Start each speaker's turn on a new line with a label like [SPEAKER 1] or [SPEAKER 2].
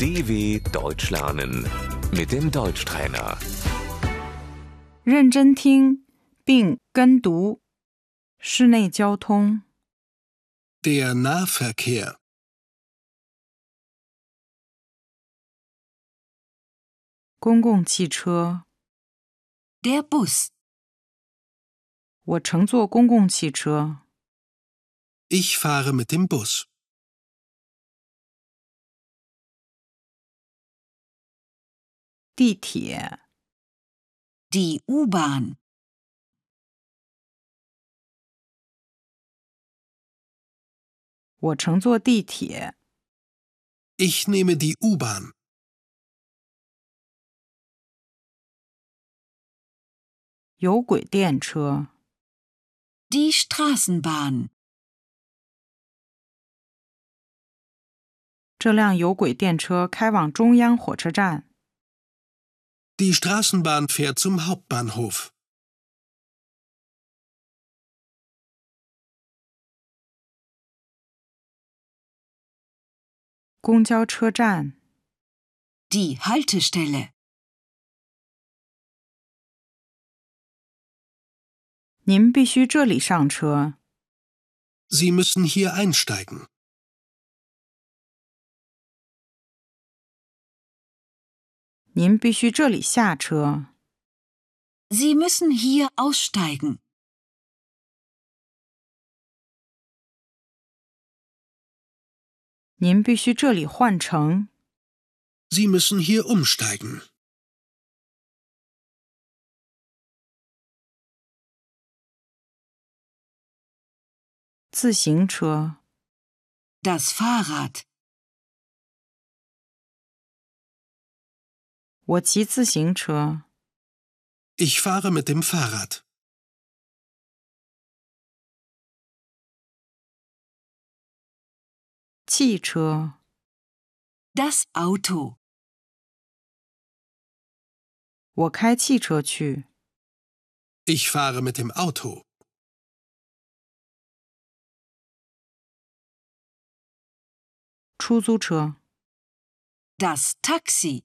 [SPEAKER 1] DW Deutsch lernen mit dem Deutschtrainer.
[SPEAKER 2] 认真听并跟读。室内交通、
[SPEAKER 3] Der Nahverkehr.
[SPEAKER 2] 公共汽车。
[SPEAKER 4] Der Bus,
[SPEAKER 2] 我乘坐公共汽车。
[SPEAKER 3] Ich fahre mit dem Bus.
[SPEAKER 2] 地铁、
[SPEAKER 4] die U-Bahn,
[SPEAKER 2] 我乘坐地铁。
[SPEAKER 3] Ich nehme die U-Bahn.
[SPEAKER 2] 有轨电车、
[SPEAKER 4] die Straßenbahn,
[SPEAKER 2] 这辆有轨电车开往中央火车站。
[SPEAKER 3] Die Straßenbahn fährt zum Hauptbahnhof.
[SPEAKER 2] 公交车站、
[SPEAKER 4] die Haltestelle,
[SPEAKER 2] 您必须这里上车。
[SPEAKER 3] Sie müssen hier einsteigen.
[SPEAKER 2] 您必须这里下车。
[SPEAKER 4] Sie müssen hier aussteigen,
[SPEAKER 2] 您必须这里换乘。
[SPEAKER 3] Sie müssen hier umsteigen.
[SPEAKER 2] 自行车、
[SPEAKER 4] das Fahrrad,
[SPEAKER 2] 我骑自行车。
[SPEAKER 3] Ich fahre mit dem Fahrrad.
[SPEAKER 2] «汽车、
[SPEAKER 4] das Auto,
[SPEAKER 2] 我开汽车去。»
[SPEAKER 3] Ich fahre mit dem Auto.
[SPEAKER 2] 出租车、
[SPEAKER 4] das Taxi.